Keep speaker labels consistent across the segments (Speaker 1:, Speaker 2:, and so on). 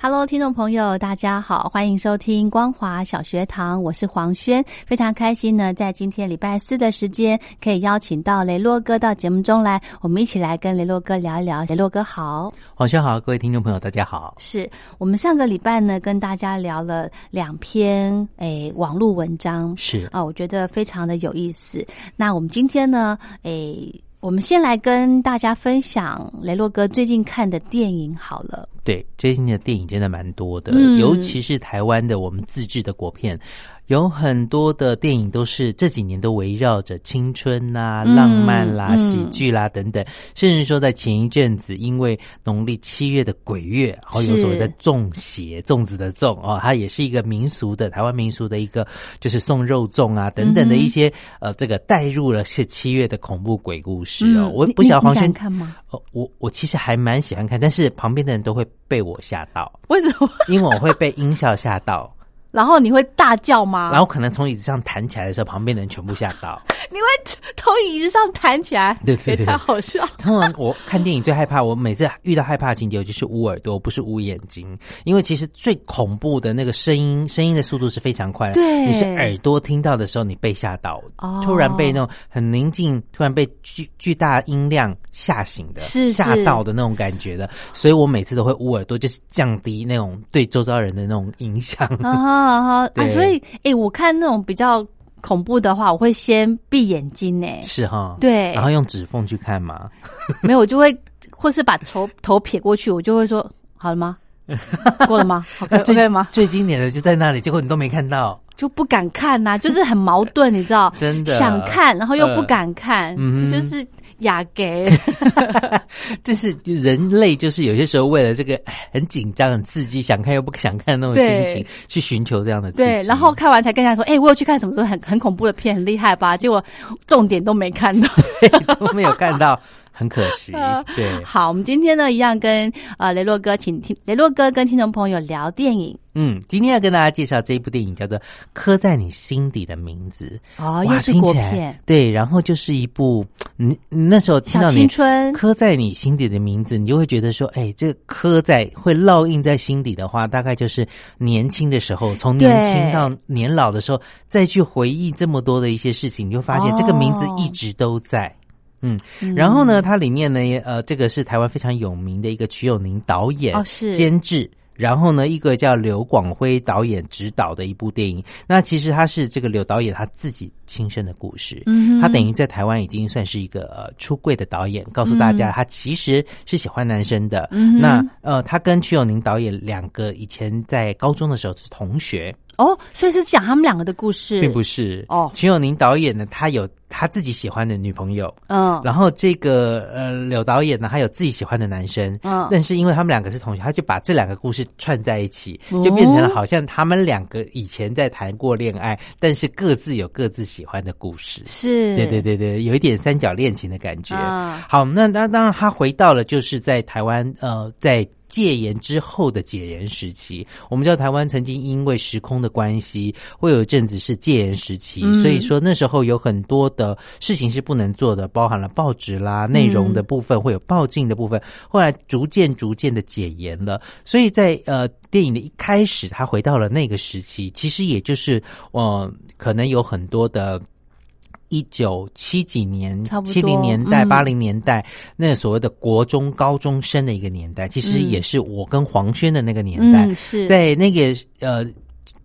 Speaker 1: Hello，听众朋友，大家好，欢迎收听光华小学堂，我是黄轩，非常开心呢，在今天礼拜四的时间，可以邀请到雷洛哥到节目中来，我们一起来跟雷洛哥聊一聊。雷洛哥好，
Speaker 2: 黄轩好，各位听众朋友，大家好。
Speaker 1: 是我们上个礼拜呢，跟大家聊了两篇诶网络文章，
Speaker 2: 是
Speaker 1: 啊、我觉得非常的有意思。那我们今天呢，诶，我们先来跟大家分享雷洛哥最近看的电影好了。
Speaker 2: 对，最近的电影真的蛮多的，
Speaker 1: 嗯
Speaker 2: 尤其是台湾的我们自制的国片，有很多的电影都是这几年都围绕着青春啦、
Speaker 1: 嗯
Speaker 2: 浪漫啦、
Speaker 1: 嗯
Speaker 2: 喜剧啦等等，甚至说在前一阵子，因为农历七月的鬼月，然后有
Speaker 1: 是
Speaker 2: 所谓的粽邪，粽子的粽哦，它也是一个民俗的台湾民俗的一个，就是送肉粽啊等等的
Speaker 1: 嗯哼
Speaker 2: 一些、呃，这个带入了是七月的恐怖鬼故事哦。
Speaker 1: 嗯
Speaker 2: 我
Speaker 1: 你
Speaker 2: 不晓得
Speaker 1: 你
Speaker 2: 黄
Speaker 1: 你敢
Speaker 2: 轩
Speaker 1: 看吗？
Speaker 2: 哦，我我其实还蛮喜欢看，但是旁边的人都会被我吓到，
Speaker 1: 为什么？
Speaker 2: 因为我会被音效吓到，
Speaker 1: 然后你会大叫 吗？
Speaker 2: 然后可能从椅子上弹起来的时候，旁边的人全部吓到。
Speaker 1: 你会从椅子上弹起来，
Speaker 2: 对对对
Speaker 1: 也太好笑。
Speaker 2: 通常我看电影最害怕，我每次遇到害怕的情节，我就是捂耳朵，不是捂眼睛，因为其实最恐怖的那个声音，声音的速度是非常快的。
Speaker 1: 对
Speaker 2: 你是耳朵听到的时候，你被吓到，
Speaker 1: 哦
Speaker 2: 突然被那种很宁静，突然被巨巨大音量吓醒的，
Speaker 1: 是是
Speaker 2: 吓到的那种感觉的，所以我每次都会捂耳朵，就是降低那种对周遭人的那种影响。
Speaker 1: 啊哈啊哈！啊，
Speaker 2: 对
Speaker 1: 所以诶，我看那种比较恐怖的话，我会先闭眼睛诶，
Speaker 2: 是哈，
Speaker 1: 对
Speaker 2: 然后用指缝去看嘛，
Speaker 1: 没有我就会，或是把头头撇过去，我就会说好了吗？ 过了吗？OK
Speaker 2: 最
Speaker 1: 呃 OK 吗？
Speaker 2: 最经典的就在那里，结果你都没看到。
Speaker 1: 就不敢看 呐、就是很矛盾，你知道？
Speaker 2: 真的
Speaker 1: 想看，然后又不敢看，
Speaker 2: 嗯嗯哼
Speaker 1: 就是雅 给。
Speaker 2: 这是人类，就是有些时候为了这个哎很紧张、很刺激，想看又不想看的那种
Speaker 1: 对
Speaker 2: 心情，去寻求这样的刺激。
Speaker 1: 对，然 后看完才跟人家说，哎、我有去看什么什么很很恐怖的片，很厉害吧？结果重点都没看到。
Speaker 2: 都没有看到，很可 惜
Speaker 1: 呃。
Speaker 2: 对，
Speaker 1: 好，我们今天呢，一样跟呃雷洛哥，请听雷洛哥跟听众朋友聊电影
Speaker 2: 嗯，今天要跟大家介绍这一部电影叫做《刻在你心底的名字》
Speaker 1: 哦
Speaker 2: 哇
Speaker 1: 又是
Speaker 2: 听
Speaker 1: 国
Speaker 2: 起来
Speaker 1: 片，
Speaker 2: 对，然后就是一部，你你那时候听
Speaker 1: 小
Speaker 2: 到你
Speaker 1: 青春。
Speaker 2: 刻在你心底的名字，你就会觉得说，哎，这个刻在会烙印在心底的话，大概就是年轻的时候，从年轻
Speaker 1: 对
Speaker 2: 到年老的时候，再去回忆这么多的一些事情，你就发现这个名字
Speaker 1: 哦
Speaker 2: 一直都在。嗯，然后呢，它里面呢，也呃，这个是台湾非常有名的一个瞿友宁导演
Speaker 1: 哦是
Speaker 2: 监制。然后呢，一个叫刘广辉导演执导的一部电影，那其实他是这个刘导演他自己亲身的故事，
Speaker 1: 嗯哼
Speaker 2: 他等于在台湾已经算是一个呃出柜的导演，告诉大家他其实是喜欢男生的。
Speaker 1: 嗯哼
Speaker 2: 那呃，他跟瞿友宁导演两个以前在高中的时候是同学，
Speaker 1: 哦，所以是讲他们两个的故事，
Speaker 2: 并不是
Speaker 1: 哦
Speaker 2: 瞿友宁导演呢，他有他自己喜欢的女朋友，
Speaker 1: 嗯，
Speaker 2: 然后这个呃柳导演呢，他有自己喜欢的男生，
Speaker 1: 嗯
Speaker 2: 但是因为他们两个是同学，他就把这两个故事串在一起，
Speaker 1: 哦
Speaker 2: 就变成了好像他们两个以前在谈过恋爱，但是各自有各自喜欢的故事。
Speaker 1: 是，
Speaker 2: 对对对对，有一点三角恋情的感觉。
Speaker 1: 啊
Speaker 2: 好，那当当然，他回到了就是在台湾，呃，在戒严之后的解严时期。我们知道台湾曾经因为时空的关系，会有一阵子是戒严时期，
Speaker 1: 嗯
Speaker 2: 所以说那时候有很多的事情是不能做的，包含了报纸啦、
Speaker 1: 嗯
Speaker 2: 内容的部分，会有报禁的部分。后来逐渐逐渐的解严了，所以在呃电影的一开始，他回到了那个时期，其实也就是呃，可能有很多的。一九七几年
Speaker 1: 差、不多
Speaker 2: 七零年代、
Speaker 1: 嗯
Speaker 2: 八零年代，那所谓的国中高中生的一个年代，其实
Speaker 1: 嗯
Speaker 2: 也是我跟黄轩的那个年代。
Speaker 1: 嗯是，
Speaker 2: 在那个呃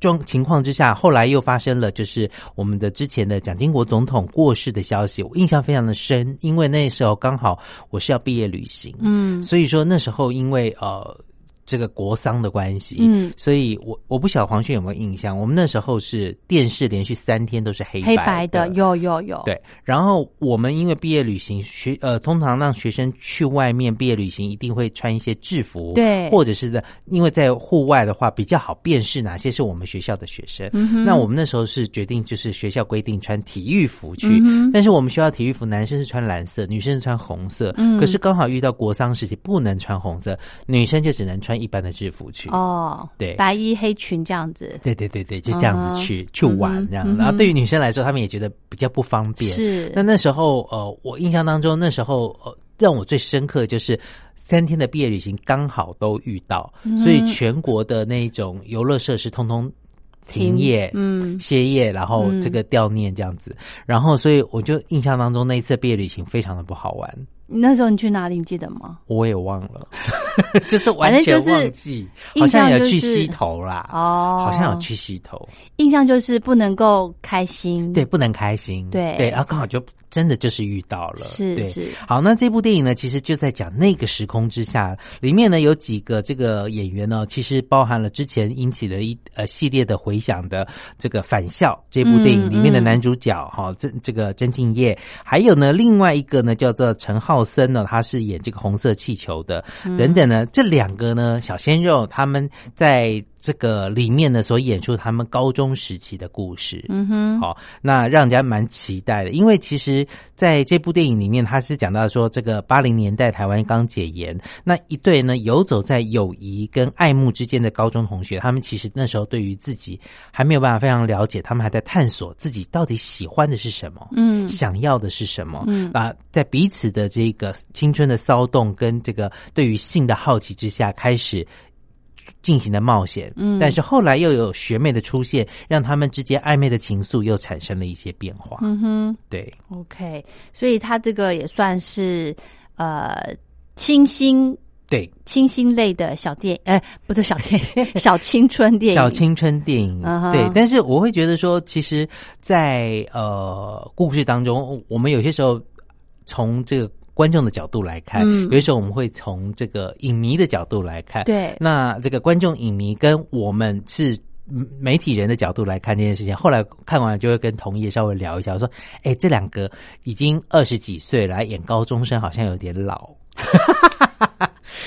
Speaker 2: 状情况之下，后来又发生了就是我们的之前的蒋经国总统过世的消息，我印象非常的深，因为那时候刚好我是要毕业旅行，
Speaker 1: 嗯
Speaker 2: 所以说那时候因为呃这个国丧的关系，
Speaker 1: 嗯，
Speaker 2: 所以我我不晓得黄轩有没有印象，我们那时候是电视连续三天都是黑
Speaker 1: 黑白
Speaker 2: 白
Speaker 1: 的有有有，
Speaker 2: 对，然后我们因为毕业旅行学呃，通常让学生去外面毕业旅行，一定会穿一些制服，
Speaker 1: 对
Speaker 2: 或者是的，因为在户外的话比较好辨识哪些是我们学校的学生。
Speaker 1: 嗯哼，
Speaker 2: 那我们那时候是决定，就是学校规定穿体育服去，
Speaker 1: 嗯
Speaker 2: 但是我们学校体育服男生是穿蓝色，女生是穿红色。
Speaker 1: 嗯
Speaker 2: 可是刚好遇到国丧时期，不能穿红色，女生就只能穿一般的制服去。
Speaker 1: 哦，
Speaker 2: 对
Speaker 1: 白衣黑裙这样子，
Speaker 2: 对对对对，就这样
Speaker 1: 嗯哼
Speaker 2: 子去、去玩这样。
Speaker 1: 嗯哼
Speaker 2: 然后对于女生来说，她们也觉得比较不方便。
Speaker 1: 是，
Speaker 2: 那那时候，呃，我印象当中，那时候呃，让我最深刻的就是三天的毕业旅行刚好都遇到，
Speaker 1: 嗯
Speaker 2: 所以全国的那种游乐设施通通停业、
Speaker 1: 嗯
Speaker 2: 歇业，然后这个悼念这样子。然后，所以我就印象当中那一次毕业旅行非常的不好玩，
Speaker 1: 你那时候你去哪里？你记得吗？
Speaker 2: 我也忘了， 就是完全忘记，
Speaker 1: 反正就是
Speaker 2: 好像有
Speaker 1: 印象
Speaker 2: 去
Speaker 1: 就是
Speaker 2: 溪头啦，
Speaker 1: 哦
Speaker 2: 好像有去溪头，
Speaker 1: 印象就是不能够开心，
Speaker 2: 对，，不能开心，
Speaker 1: 对
Speaker 2: 对，然啊后刚好就真的就是遇到了，
Speaker 1: 是
Speaker 2: 对
Speaker 1: 是
Speaker 2: 好，那这部电影呢，其实就在讲那个时空之下，里面呢有几个这个演员呢，其实包含了之前引起的一呃系列的回响的这个《返校》这部电影
Speaker 1: 嗯
Speaker 2: 里面的
Speaker 1: 嗯
Speaker 2: 男主角哈、这这个曾敬业，还有呢另外一个呢叫做陈浩森呢，他是演这个红色气球的，
Speaker 1: 嗯
Speaker 2: 等等呢，这两个呢小鲜肉他们在这个里面呢所演出他们高中时期的故事，
Speaker 1: 嗯哼，
Speaker 2: 好、那让人家蛮期待的，因为其实在这部电影里面，他是讲到说，这个八零年代台湾刚解严，那一对呢游走在友谊跟爱慕之间的高中同学，他们其实那时候对于自己还没有办法非常了解，他们还在探索自己到底喜欢的是什么。
Speaker 1: 嗯
Speaker 2: 想要的是什么？
Speaker 1: 嗯
Speaker 2: 啊，在彼此的这个青春的骚动跟这个对于性的好奇之下，开始进行了冒险。
Speaker 1: 嗯
Speaker 2: 但是后来又有学妹的出现，让他们之间暧昧的情愫又产生了一些变化。
Speaker 1: 嗯哼
Speaker 2: 对，
Speaker 1: ，OK，所以他这个也算是呃清新
Speaker 2: 对，
Speaker 1: 清新类的小电，呃，不是小 电影，小青春电影，
Speaker 2: 小青春电影，
Speaker 1: 嗯哼
Speaker 2: 对。但是我会觉得说，其实在，呃故事当中，我们有些时候从这个观众的角度来看，
Speaker 1: 嗯
Speaker 2: 有些时候我们会从这个影迷的角度来看，。
Speaker 1: 对，
Speaker 2: 那这个观众、影迷跟我们是。嗯媒体人的角度来看这件事情，后来看完就会跟同业稍微聊一下，我说：“哎、这两个已经二十几岁了，还演高中生好像有点老。”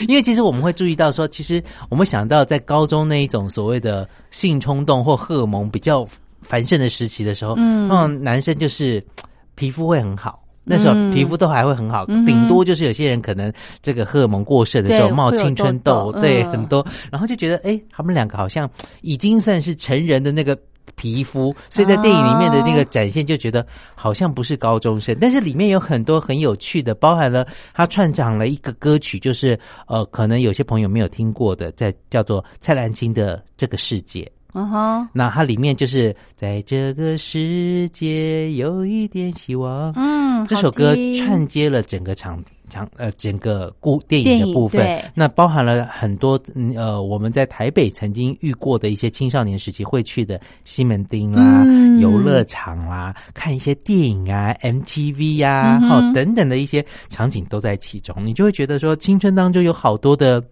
Speaker 2: 因为其实我们会注意到说，其实我们想到在高中那一种所谓的性冲动或荷尔蒙比较繁盛的时期的时候，
Speaker 1: 嗯
Speaker 2: 嗯，男生就是嘖皮肤会很好。那时候
Speaker 1: 嗯
Speaker 2: 皮肤都还会很好，
Speaker 1: 嗯哼
Speaker 2: 顶多就是有些人可能这个荷尔蒙过剩的时候
Speaker 1: 对
Speaker 2: 冒
Speaker 1: 会有
Speaker 2: 青春
Speaker 1: 痘
Speaker 2: 痘，
Speaker 1: 痘
Speaker 2: 对，
Speaker 1: 嗯
Speaker 2: 很多，然后就觉得哎、诶他们两个好像已经算是成人的那个皮肤，所以在电影里面的那个展现就觉得好像不是高中生，但是里面有很多很有趣的，包含了他串场了一个歌曲，就是呃，可能有些朋友没有听过的，在叫做蔡澜清的《这个世界》。
Speaker 1: 嗯哼，
Speaker 2: 那它里面就是在这个世界有一点希望，
Speaker 1: 嗯，
Speaker 2: 这
Speaker 1: 好
Speaker 2: 首歌
Speaker 1: 听
Speaker 2: 串接了整个场场呃整个故电
Speaker 1: 电影
Speaker 2: 影的部分
Speaker 1: 对，
Speaker 2: 那包含了很多嗯呃我们在台北曾经遇过的一些青少年时期会去的西门町啦、
Speaker 1: 嗯
Speaker 2: 游乐场啦、啊看一些电影啊、MTV 呀、
Speaker 1: 嗯哼
Speaker 2: 哦等等的一些场景都在其中，你就会觉得说青春当中有好多的。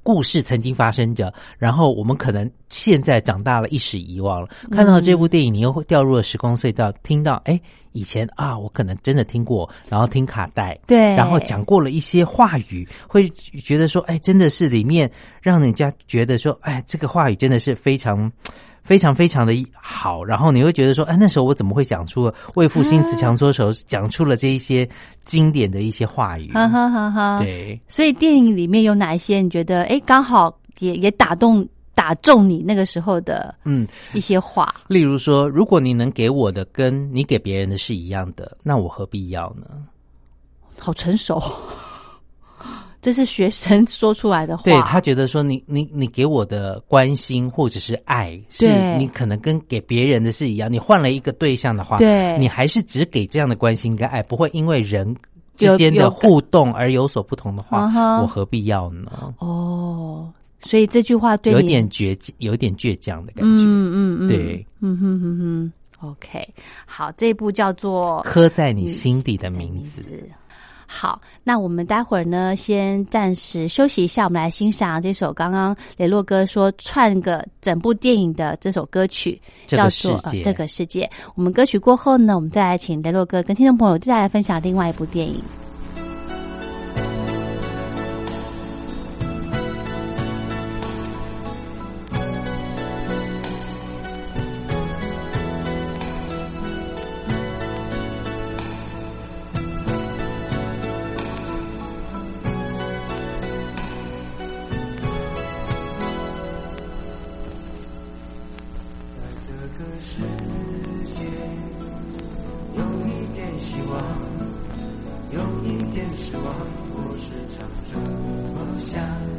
Speaker 2: 故事曾经发生着，然后我们可能现在长大了，一时遗忘了。看到这部电影，你又会掉入了时空隧道，听到哎，以前啊，我可能真的听过，然后听卡带，
Speaker 1: 对，
Speaker 2: 然后讲过了一些话语，会觉得说，哎，真的是里面让人家觉得说，哎，这个话语真的是非常。非常非常的好，然后你会觉得说，哎，那时候我怎么会讲出为赋新词强说愁，讲出了这一些经典的一些话语？
Speaker 1: 哈哈哈哈，。
Speaker 2: 对，
Speaker 1: 所以电影里面有哪一些你觉得哎刚好也也打动打中你那个时候的
Speaker 2: 嗯，
Speaker 1: 一些话？
Speaker 2: 例如说，如果你能给我的跟你给别人的是一样的，那我何必要呢？
Speaker 1: 好成熟， 这是学生说出来的话。
Speaker 2: 对他觉得说你你你给我的关心或者是爱，是
Speaker 1: 对
Speaker 2: 你可能跟给别人的是一样，你换了一个对象的话，
Speaker 1: 对
Speaker 2: 你还是只给这样的关心跟爱，不会因为人之间
Speaker 1: 有有
Speaker 2: 的互动而有所不同的话
Speaker 1: 嗯，哼
Speaker 2: 我何必要呢？
Speaker 1: 哦，所以这句话对你
Speaker 2: 有点倔强，有点倔强的感觉。
Speaker 1: 嗯嗯嗯，
Speaker 2: 对，
Speaker 1: 嗯哼哼哼。OK，好，这部叫做
Speaker 2: 刻在
Speaker 1: 嗯
Speaker 2: 你心底的名字。
Speaker 1: 好，那我们待会儿呢，先暂时休息一下，我们来欣赏这首刚刚雷洛哥说串个整部电影的这首歌曲，
Speaker 2: 这
Speaker 1: 叫
Speaker 2: 个
Speaker 1: 做
Speaker 2: 世
Speaker 1: 呃
Speaker 2: 界
Speaker 1: 这个世界》。我们歌曲过后呢，我们再来请雷洛哥跟听众朋友再来分享另外一部电影。
Speaker 3: 在这个世界，有一点希望，有一点失望，我时常这么想。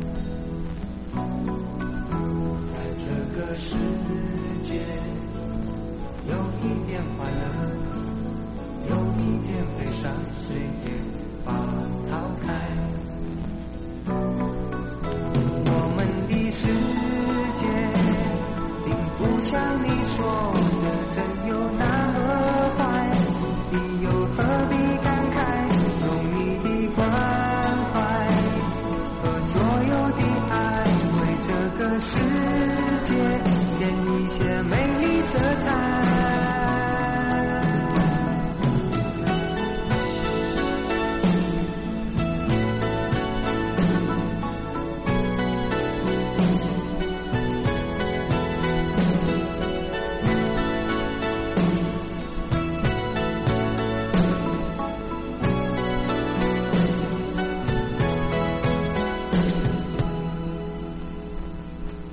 Speaker 3: 在这个世界，有一点快乐，有一点悲伤，谁也无法逃开。我们的世界。并不像你说的真有那么坏，你又何必感慨？用你的关怀和所有的爱，为这个世界添一些美丽色彩。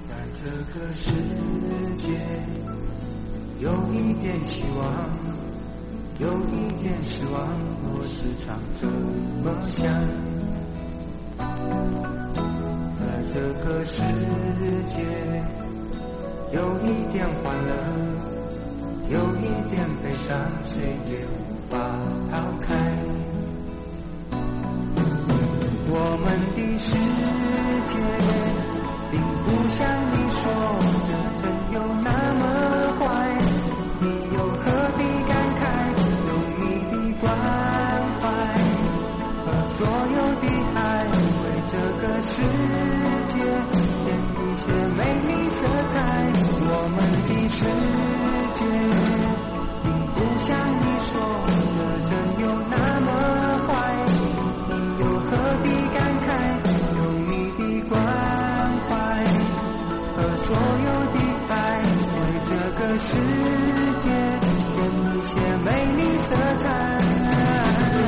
Speaker 3: 在这个世界，有一点希望，有一点失望，我时常这么想。在这个世界，有一点欢乐，有一点悲伤，谁也无法逃开。我们的世界。并不像你说的真有那么坏，你又何必感慨？用你的关怀和所有的爱，为这个世界添一些美丽色彩。我们的世界，并不像你说的真有那么坏。又何必感慨？用你的关怀和所有的爱，为这个世界添一些美丽色彩。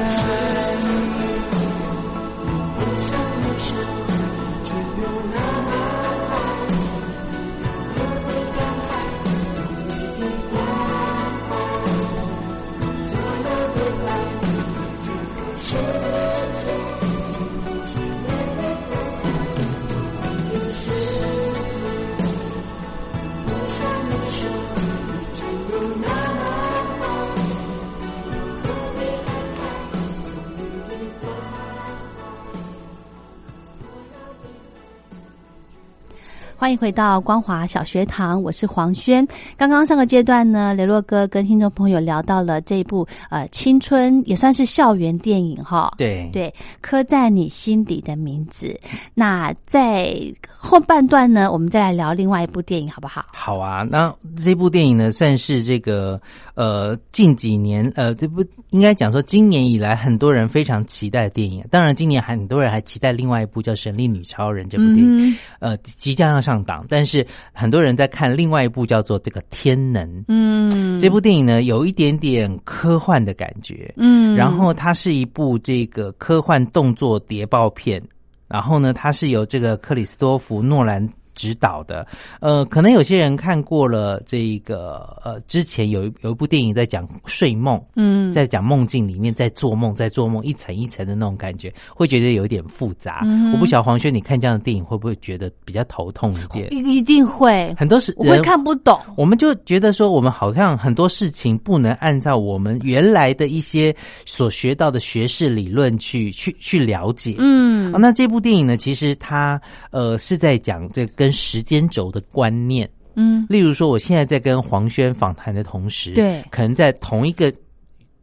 Speaker 1: 欢迎回到光华小学堂，我是黄轩。刚刚上个阶段呢，雷洛哥跟听众朋友聊到了这一部呃青春也算是校园电影哈，
Speaker 2: 对
Speaker 1: 对，刻在你心底的名字。那在后半段呢，我们再来聊另外一部电影好不好？
Speaker 2: 好啊，那这部电影呢，算是这个呃近几年呃，这不应该讲说今年以来很多人非常期待的电影。当然，今年很多人还期待另外一部叫《神力女超人》这部电影，
Speaker 1: 嗯
Speaker 2: 呃，即将要上档。但是很多人在看另外一部叫做《这个天能》
Speaker 1: 嗯
Speaker 2: 这部电影呢，有一点点科幻的感觉。
Speaker 1: 嗯
Speaker 2: 然后它是一部这个科幻动作谍报片，然后呢，它是由这个克里斯多夫诺兰。指导的。呃，可能有些人看过了这一个呃，之前有一有一部电影在讲睡梦，
Speaker 1: 嗯，
Speaker 2: 在讲梦境里面在做梦，在做梦一层一层的那种感觉，会觉得有一点复杂。
Speaker 1: 嗯哼
Speaker 2: 我不晓得黄轩，你看这样的电影会不会觉得比较头痛一点？
Speaker 1: 一一定会，
Speaker 2: 很多是
Speaker 1: 我会
Speaker 2: 人
Speaker 1: 看不懂。
Speaker 2: 我们就觉得说，我们好像很多事情不能按照我们原来的一些所学到的学士理论去去去了解。
Speaker 1: 嗯
Speaker 2: 啊，那这部电影呢，其实它呃是在讲这跟时间轴的观念。
Speaker 1: 嗯，
Speaker 2: 例如说，我现在在跟黄轩访谈的同时，
Speaker 1: 对
Speaker 2: 可能在同一个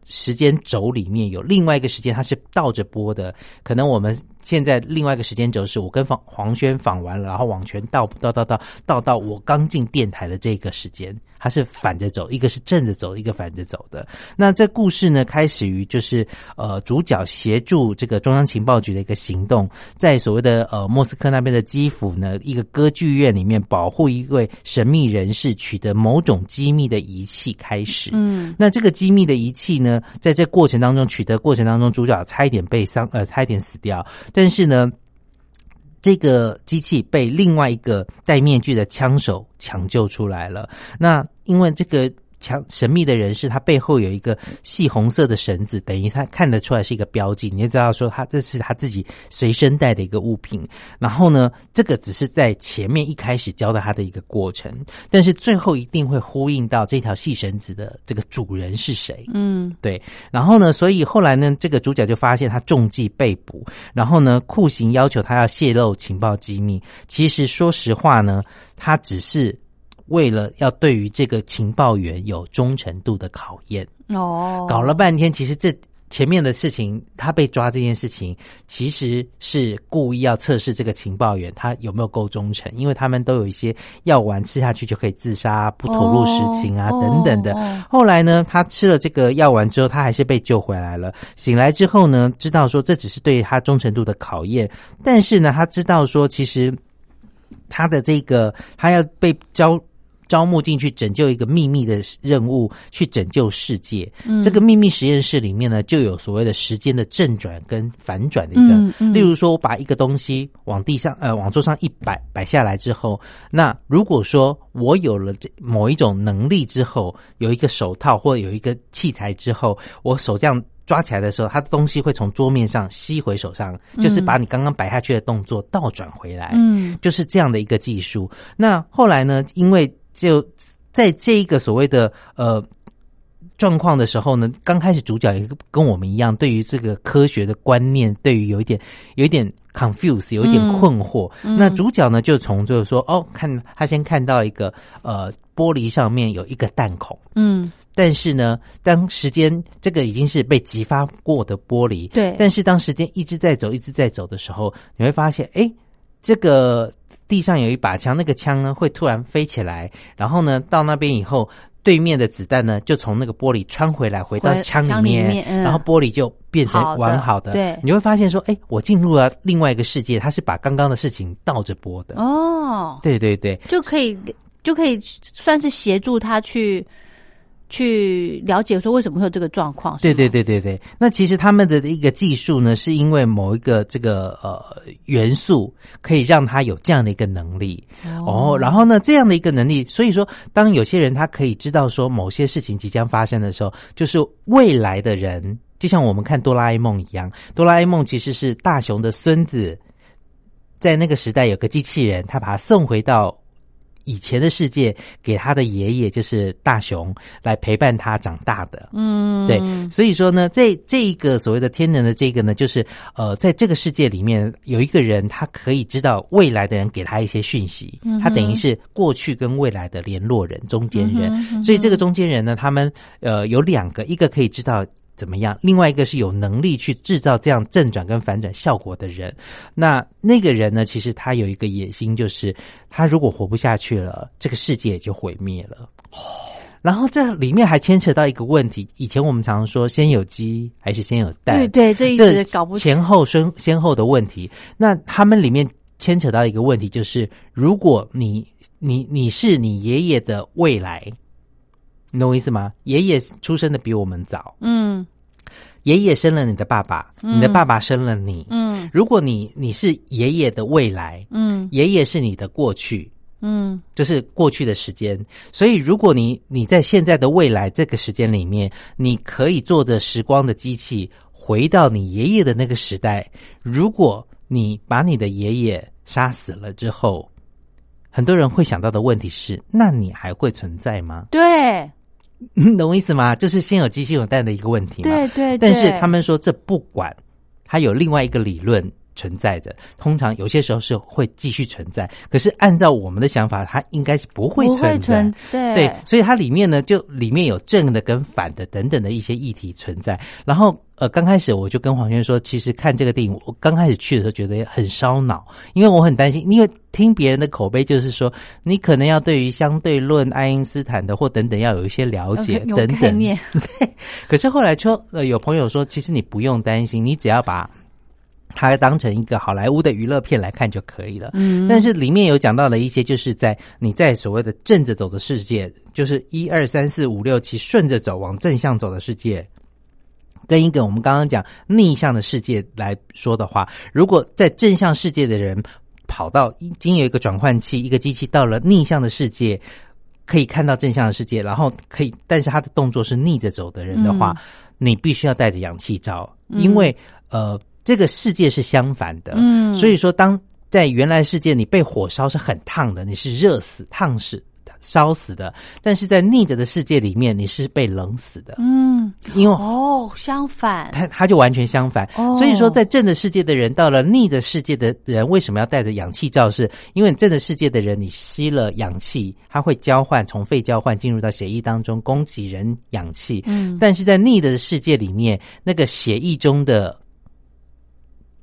Speaker 2: 时间轴里面有另外一个时间，它是倒着播的。可能我们现在另外一个时间轴是我跟黄黄轩访完了，然后往前倒倒倒倒倒到我刚进电台的这个时间，它是反着走，一个是正着走，一个反着走的。那这故事呢，开始于就是呃，主角协助这个中央情报局的一个行动，在所谓的呃莫斯科那边的基辅呢，一个歌剧院里面保护一位神秘人士取得某种机密的仪器开始。
Speaker 1: 嗯
Speaker 2: 那这个机密的仪器呢，在这过程当中取得过程当中，主角差一点被伤，呃，差一点死掉。但是呢，这个机器被另外一个戴面具的枪手抢救出来了。那因为这个。强神秘的人士，他背后有一个细红色的绳子，等于他看得出来是一个标记，你就知道说他这是他自己随身带的一个物品。然后呢，这个只是在前面一开始教的他的一个过程，但是最后一定会呼应到这条细绳子的这个主人是谁。
Speaker 1: 嗯
Speaker 2: 对，然后呢，所以后来呢，这个主角就发现他中计被捕，然后呢，酷刑要求他要泄露情报机密。其实说实话呢，他只是为了要对于这个情报员有忠诚度的考验。
Speaker 1: 哦，
Speaker 2: 搞了半天，其实这前面的事情，他被抓这件事情，其实是故意要测试这个情报员他有没有够忠诚，因为他们都有一些药丸吃下去就可以自杀、不吐露实情啊、
Speaker 1: 哦
Speaker 2: 等等的。
Speaker 1: 哦
Speaker 2: 后来呢，他吃了这个药丸之后，他还是被救回来了。醒来之后呢，知道说这只是对他忠诚度的考验，但是呢，他知道说其实他的这个他要被招招募进去拯救一个秘密的任务，去拯救世界。
Speaker 1: 嗯
Speaker 2: 这个秘密实验室里面呢，就有所谓的时间的正转跟反转的一个，
Speaker 1: 嗯嗯
Speaker 2: 例如说我把一个东西往地上呃往桌上一摆摆下来之后，那如果说我有了这某一种能力之后，有一个手套或有一个器材之后，我手这样。抓起来的时候，它的东西会从桌面上吸回手上，就是把你刚刚摆下去的动作倒转回来。
Speaker 1: 嗯
Speaker 2: 就是这样的一个技术。那后来呢，因为就在这一个所谓的呃。状况的时候呢，刚开始主角也跟我们一样，对于这个科学的观念，对于有一点有一点 confuse，有一点
Speaker 1: 嗯
Speaker 2: 困惑。那主角呢，就从就是说，哦，看他先看到一个呃玻璃上面有一个弹孔，
Speaker 1: 嗯
Speaker 2: 但是呢，当时间这个已经是被激发过的玻璃，
Speaker 1: 对
Speaker 2: 但是当时间一直在走，一直在走的时候，你会发现，哎，这个地上有一把枪，那个枪呢会突然飞起来，然后呢到那边以后，对面的子弹呢就从那个玻璃穿回来，回到
Speaker 1: 回
Speaker 2: 枪
Speaker 1: 呃枪
Speaker 2: 里
Speaker 1: 里
Speaker 2: 面，
Speaker 1: 面嗯
Speaker 2: 然后玻璃就变成
Speaker 1: 好的
Speaker 2: 完好的。
Speaker 1: 对
Speaker 2: 你会发现说，哎，我进入了另外一个世界，它是把刚刚的事情倒着播的。
Speaker 1: 哦，
Speaker 2: 对对对，
Speaker 1: 就可以就可以算是协助他去去了解说为什么会有这个状况。
Speaker 2: 对
Speaker 1: 是吗
Speaker 2: 对，对对对，那其实他们的一个技术呢，是因为某一个这个呃元素可以让他有这样的一个能力哦然后呢，这样的一个能力，所以说，当有些人他可以知道说某些事情即将发生的时候，就是未来的人，就像我们看哆啦 A 梦一样，哆啦 A 梦其实是大雄的孙子，在那个时代有个机器人，他把他送回到以前的世界，给他的爷爷就是大雄来陪伴他长大的。
Speaker 1: 嗯，
Speaker 2: 对，所以说呢，这这一个所谓的天能的这个呢，就是呃，在这个世界里面有一个人，他可以知道未来的人给他一些讯息，
Speaker 1: 嗯哼
Speaker 2: 他等于是过去跟未来的联络人、中间人。
Speaker 1: 嗯哼
Speaker 2: 所以这个中间人呢，他们呃有两个，一个可以知道。怎么样？另外一个是有能力去制造这样正转跟反转效果的人。那那个人呢？其实他有一个野心，就是他如果活不下去了，这个世界也就毁灭了。然后这里面还牵扯到一个问题，以前我们常说先有鸡还是先有蛋，
Speaker 1: 对对，这一直搞不清。
Speaker 2: 前后先先后的问题。那他们里面牵扯到一个问题，就是如果你你你是你爷爷的未来，你懂我意思吗？爷爷出生的比我们早，
Speaker 1: 嗯
Speaker 2: 爷爷生了你的爸爸，你的爸爸生了你。
Speaker 1: 嗯
Speaker 2: 如果你你是爷爷的未来，
Speaker 1: 嗯
Speaker 2: 爷爷是你的过去，
Speaker 1: 嗯
Speaker 2: 这是过去的时间。所以，如果你你在现在的未来这个时间里面，你可以坐着时光的机器回到你爷爷的那个时代。如果你把你的爷爷杀死了之后，很多人会想到的问题是：那你还会存在吗？
Speaker 1: 对
Speaker 2: 懂我意思吗？这是先有鸡先有蛋的一个问题嘛。
Speaker 1: 对哎对，
Speaker 2: 但是他
Speaker 1: 们
Speaker 2: 们说这不管，它有另外一个理论存在着，通常有些时候是会继续存在，可是按照我们的想法，它应该是不会
Speaker 1: 不
Speaker 2: 存
Speaker 1: 会
Speaker 2: 在。
Speaker 1: 存对呃
Speaker 2: 对，所以它里面呢，就里面有正的跟反的等等的一些议题存在。然后呃，刚开始我就跟黄轩说，其实看这个电影，我刚开始去的时候觉得很烧脑，因为我很担心，因为听别人的口碑就是说，你可能要对于相对论、爱因斯坦的或等等要有一些了解
Speaker 1: 有
Speaker 2: 等
Speaker 1: 概
Speaker 2: 等。
Speaker 1: 念，
Speaker 2: 可是后来说，呃，有朋友说，其实你不用担心，你只要把它当成一个好莱坞的娱乐片来看就可以了。
Speaker 1: 嗯
Speaker 2: 但是里面有讲到了一些，就是在你在所谓的正着走的世界，就是一二三四五六七顺着走往正向走的世界。跟一个我们刚刚讲逆向的世界来说的话，如果在正向世界的人跑到经由一个转换器，一个机器到了逆向的世界，可以看到正向的世界，然后可以，但是他的动作是逆着走的人的话，
Speaker 1: 嗯
Speaker 2: 你必须要带着氧气罩，因为呃，这个世界是相反的，
Speaker 1: 嗯
Speaker 2: 所以说当在原来世界你被火烧是很烫的，你是热死、烫死、烧死的，但是在逆着的世界里面你是被冷死的，
Speaker 1: 嗯
Speaker 2: 因为
Speaker 1: 哦相反
Speaker 2: 它它就完全相反。
Speaker 1: 哦
Speaker 2: 所以说，在正的世界的人到了逆的世界的人，为什么要带着氧气罩是？因为正的世界的人，你吸了氧气，它会交换，从肺交换进入到血液当中，供给人氧气。
Speaker 1: 嗯
Speaker 2: 但是在逆的世界里面，那个血液中的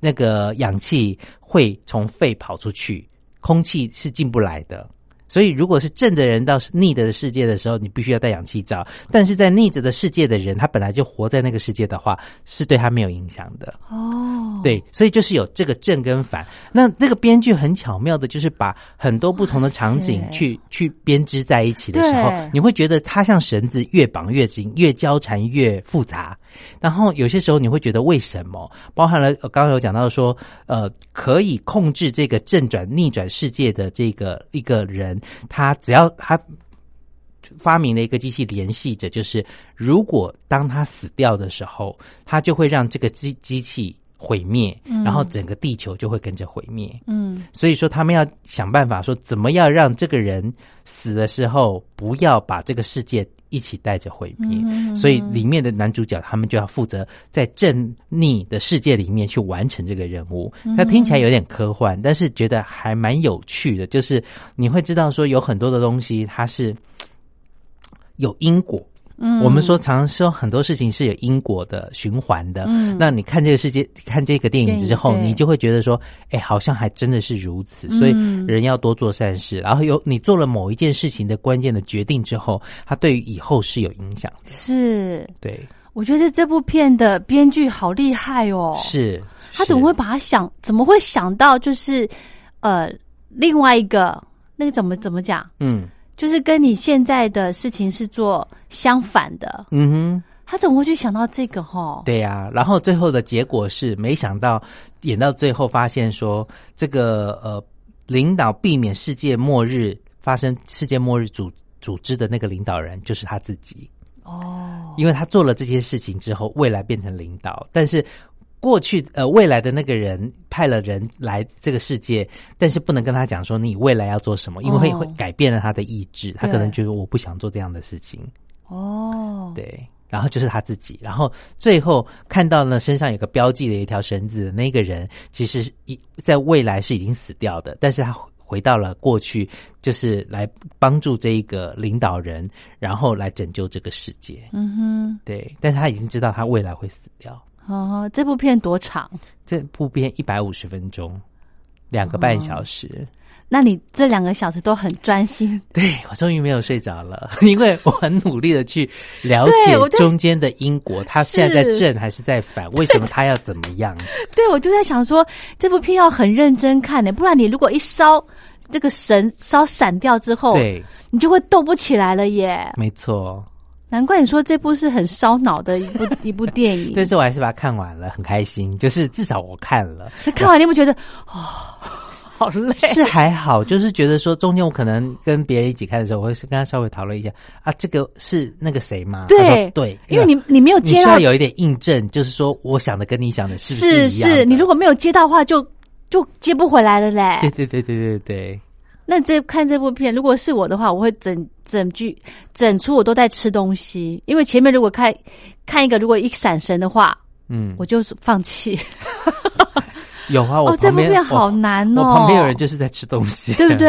Speaker 2: 那个氧气会从肺跑出去，空气是进不来的。所以，如果是正的人到逆的世界的时候，你必须要戴氧气罩；但是在逆着的世界的人，他本来就活在那个世界的话，是对他没有影响的。
Speaker 1: 哦
Speaker 2: 对，所以就是有这个正跟反。那这个编剧很巧妙的，就是把很多不同的场景
Speaker 1: 哇塞
Speaker 2: 去去编织在一起的时候
Speaker 1: 对，
Speaker 2: 你会觉得它像绳子越绑越紧，越交缠越复杂。然后有些时候你会觉得为什么？包含了呃刚刚有讲到说，呃，可以控制这个正转逆转世界的这个一个人，他只要他发明了一个机器，联系着就是，如果当他死掉的时候，他就会让这个机机器毁灭，然后整个地球就会跟着毁灭。
Speaker 1: 嗯
Speaker 2: 所以说，他们要想办法说，怎么样让这个人死的时候不要把这个世界一起带着毁灭。
Speaker 1: 嗯
Speaker 2: 所以里面的男主角他们就要负责在正逆的世界里面去完成这个任务。
Speaker 1: 嗯
Speaker 2: 它听起来有点科幻，但是觉得还蛮有趣的，就是你会知道说有很多的东西它是有因果。
Speaker 1: 嗯
Speaker 2: 我们说常说很多事情是有因果的循环的。
Speaker 1: 嗯
Speaker 2: 那你看这个世界，看这个电影之后，
Speaker 1: 电影对
Speaker 2: 你就会觉得说，哎，好像还真的是如此。所以
Speaker 1: 嗯
Speaker 2: 人要多做善事，然后有你做了某一件事情的关键的决定之后，它对于以后是有影响的。
Speaker 1: 是
Speaker 2: 对，
Speaker 1: 我觉得这部片的编剧好厉害哦，
Speaker 2: 是
Speaker 1: 他
Speaker 2: 是
Speaker 1: 怎么会把他想怎么会想到就是呃另外一个那个怎么怎么讲，
Speaker 2: 嗯
Speaker 1: 就是跟你现在的事情是做相反的，
Speaker 2: 嗯哼。
Speaker 1: 他怎么会去想到这个哈？
Speaker 2: 对呀、然后最后的结果是，没想到演到最后发现说，这个呃，领导避免世界末日发生世界末日组组织的那个领导人就是他自己，
Speaker 1: 哦，
Speaker 2: 因为他做了这些事情之后，未来变成领导，但是。过去呃，未来的那个人派了人来这个世界，但是不能跟他讲说你未来要做什么，因为会
Speaker 1: 哦
Speaker 2: 会改变了他的意志，他可能
Speaker 1: 对
Speaker 2: 觉得我不想做这样的事情。
Speaker 1: 哦，
Speaker 2: 对，然后就是他自己，然后最后看到呢身上有个标记的一条绳子，那个人其实是一在未来是已经死掉的，但是他回到了过去，就是来帮助这一个领导人，然后来拯救这个世界。
Speaker 1: 嗯
Speaker 2: 对，但是他已经知道他未来会死掉。
Speaker 1: 哼，哦，这部片多长？
Speaker 2: 这部片一百五十分钟，两个半小时。
Speaker 1: 那你这两个小时都很专心，
Speaker 2: 对我终于没有睡着了， 因为我很努力的去了解
Speaker 1: 对我在
Speaker 2: 中间的因果，他现在在
Speaker 1: 是
Speaker 2: 正还是在反，为什么他要怎么 样？
Speaker 1: 对我就在想说，这部片要很认真看欸的，不然你如果一烧这个神烧闪掉之后，
Speaker 2: 对，
Speaker 1: 你就会动不起来了耶。
Speaker 2: 没错，
Speaker 1: 难怪你说这部是很烧脑的一 部一部电影。
Speaker 2: 但是我还是把它看完了，很开心，就是至少我看 了。
Speaker 1: 那看完你有没有觉得哦， 好累？
Speaker 2: 是啊还好，就是觉得说中间我可能跟别人一起看的时候，我会跟他稍微讨论一下啊，这个是那个谁吗？
Speaker 1: 对
Speaker 2: 他说对，
Speaker 1: 因为你你没有
Speaker 2: 哎你
Speaker 1: 接
Speaker 2: 需
Speaker 1: 到
Speaker 2: 要，有一点印证，就是说我想的跟你想的是不
Speaker 1: 是
Speaker 2: 一样的
Speaker 1: 是，你如果没有接到的话就，就接不回来了嘞。
Speaker 2: 对对对对对对，
Speaker 1: 那这看这部片，如果是我的话，我会整整剧整出我都在吃东西，因为前面如果看看一个，如果一闪神的话，
Speaker 2: 嗯，
Speaker 1: 我就放弃。
Speaker 2: 有啊，我
Speaker 1: 哦，这
Speaker 2: 旁
Speaker 1: 部
Speaker 2: 边
Speaker 1: 片好难
Speaker 2: 我
Speaker 1: 哦，
Speaker 2: 旁边有人就是在吃东西，
Speaker 1: 对不对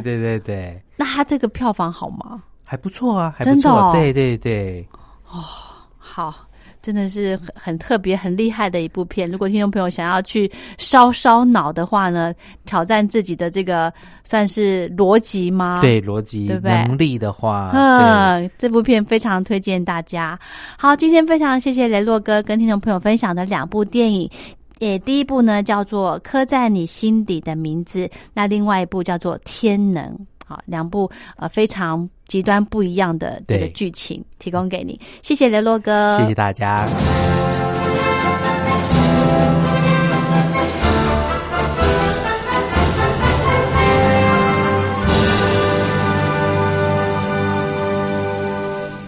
Speaker 2: 对对对对对，
Speaker 1: 那他这个票房好吗？
Speaker 2: 还不错啊，还不
Speaker 1: 真的
Speaker 2: 错，
Speaker 1: 哦
Speaker 2: 对对对，
Speaker 1: 好，真的是很很特别、很厉害的一部片。如果听众朋友想要去烧烧脑的话呢，挑战自己的这个算是逻辑吗？。
Speaker 2: 对逻辑
Speaker 1: 对不对
Speaker 2: 能力的话，对
Speaker 1: 嗯，这部片非常推荐大家。好，今天非常谢谢雷洛哥跟听众朋友分享的两部电影。也第一部呢叫做《刻在你心底的名字》，那另外一部叫做《天能》。好，两部呃非常极端不一样的这个
Speaker 2: 对
Speaker 1: 剧情提供给你，谢谢雷洛哥，
Speaker 2: 谢谢大家。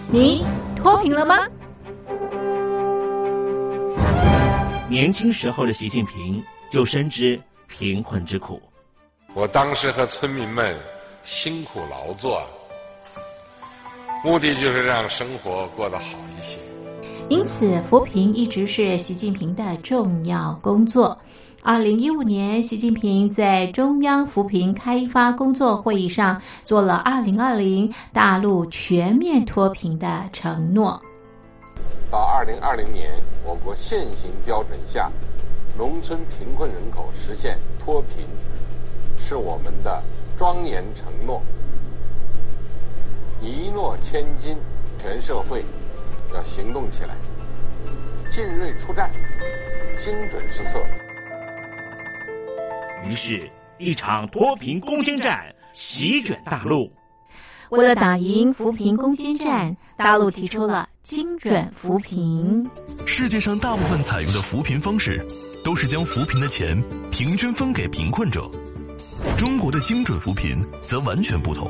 Speaker 4: 你脱贫了吗？
Speaker 5: 年轻时候的习近平就深知贫困之苦，
Speaker 6: 我当时和村民们辛苦劳作，目的就是让生活过得好一些。
Speaker 4: 因此，扶贫一直是习近平的重要工作。二零一五年，习近平在中央扶贫开发工作会议上做了二零二零大陆全面脱贫的承诺。
Speaker 7: 到二零二零年，我国现行标准下，农村贫困人口实现脱贫，是我们的庄严承诺。一诺千金，全社会要行动起来，进锐出战，精准施策。
Speaker 8: 于是，一场脱贫攻坚战席卷大陆。
Speaker 4: 为了打赢扶贫攻坚战，大陆提出了精准扶贫。
Speaker 9: 世界上大部分采用的扶贫方式，都是将扶贫的钱平均分给贫困者。中国的精准扶贫则完全不同。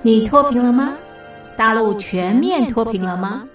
Speaker 1: 你脱贫了吗？大陆全面脱贫了吗？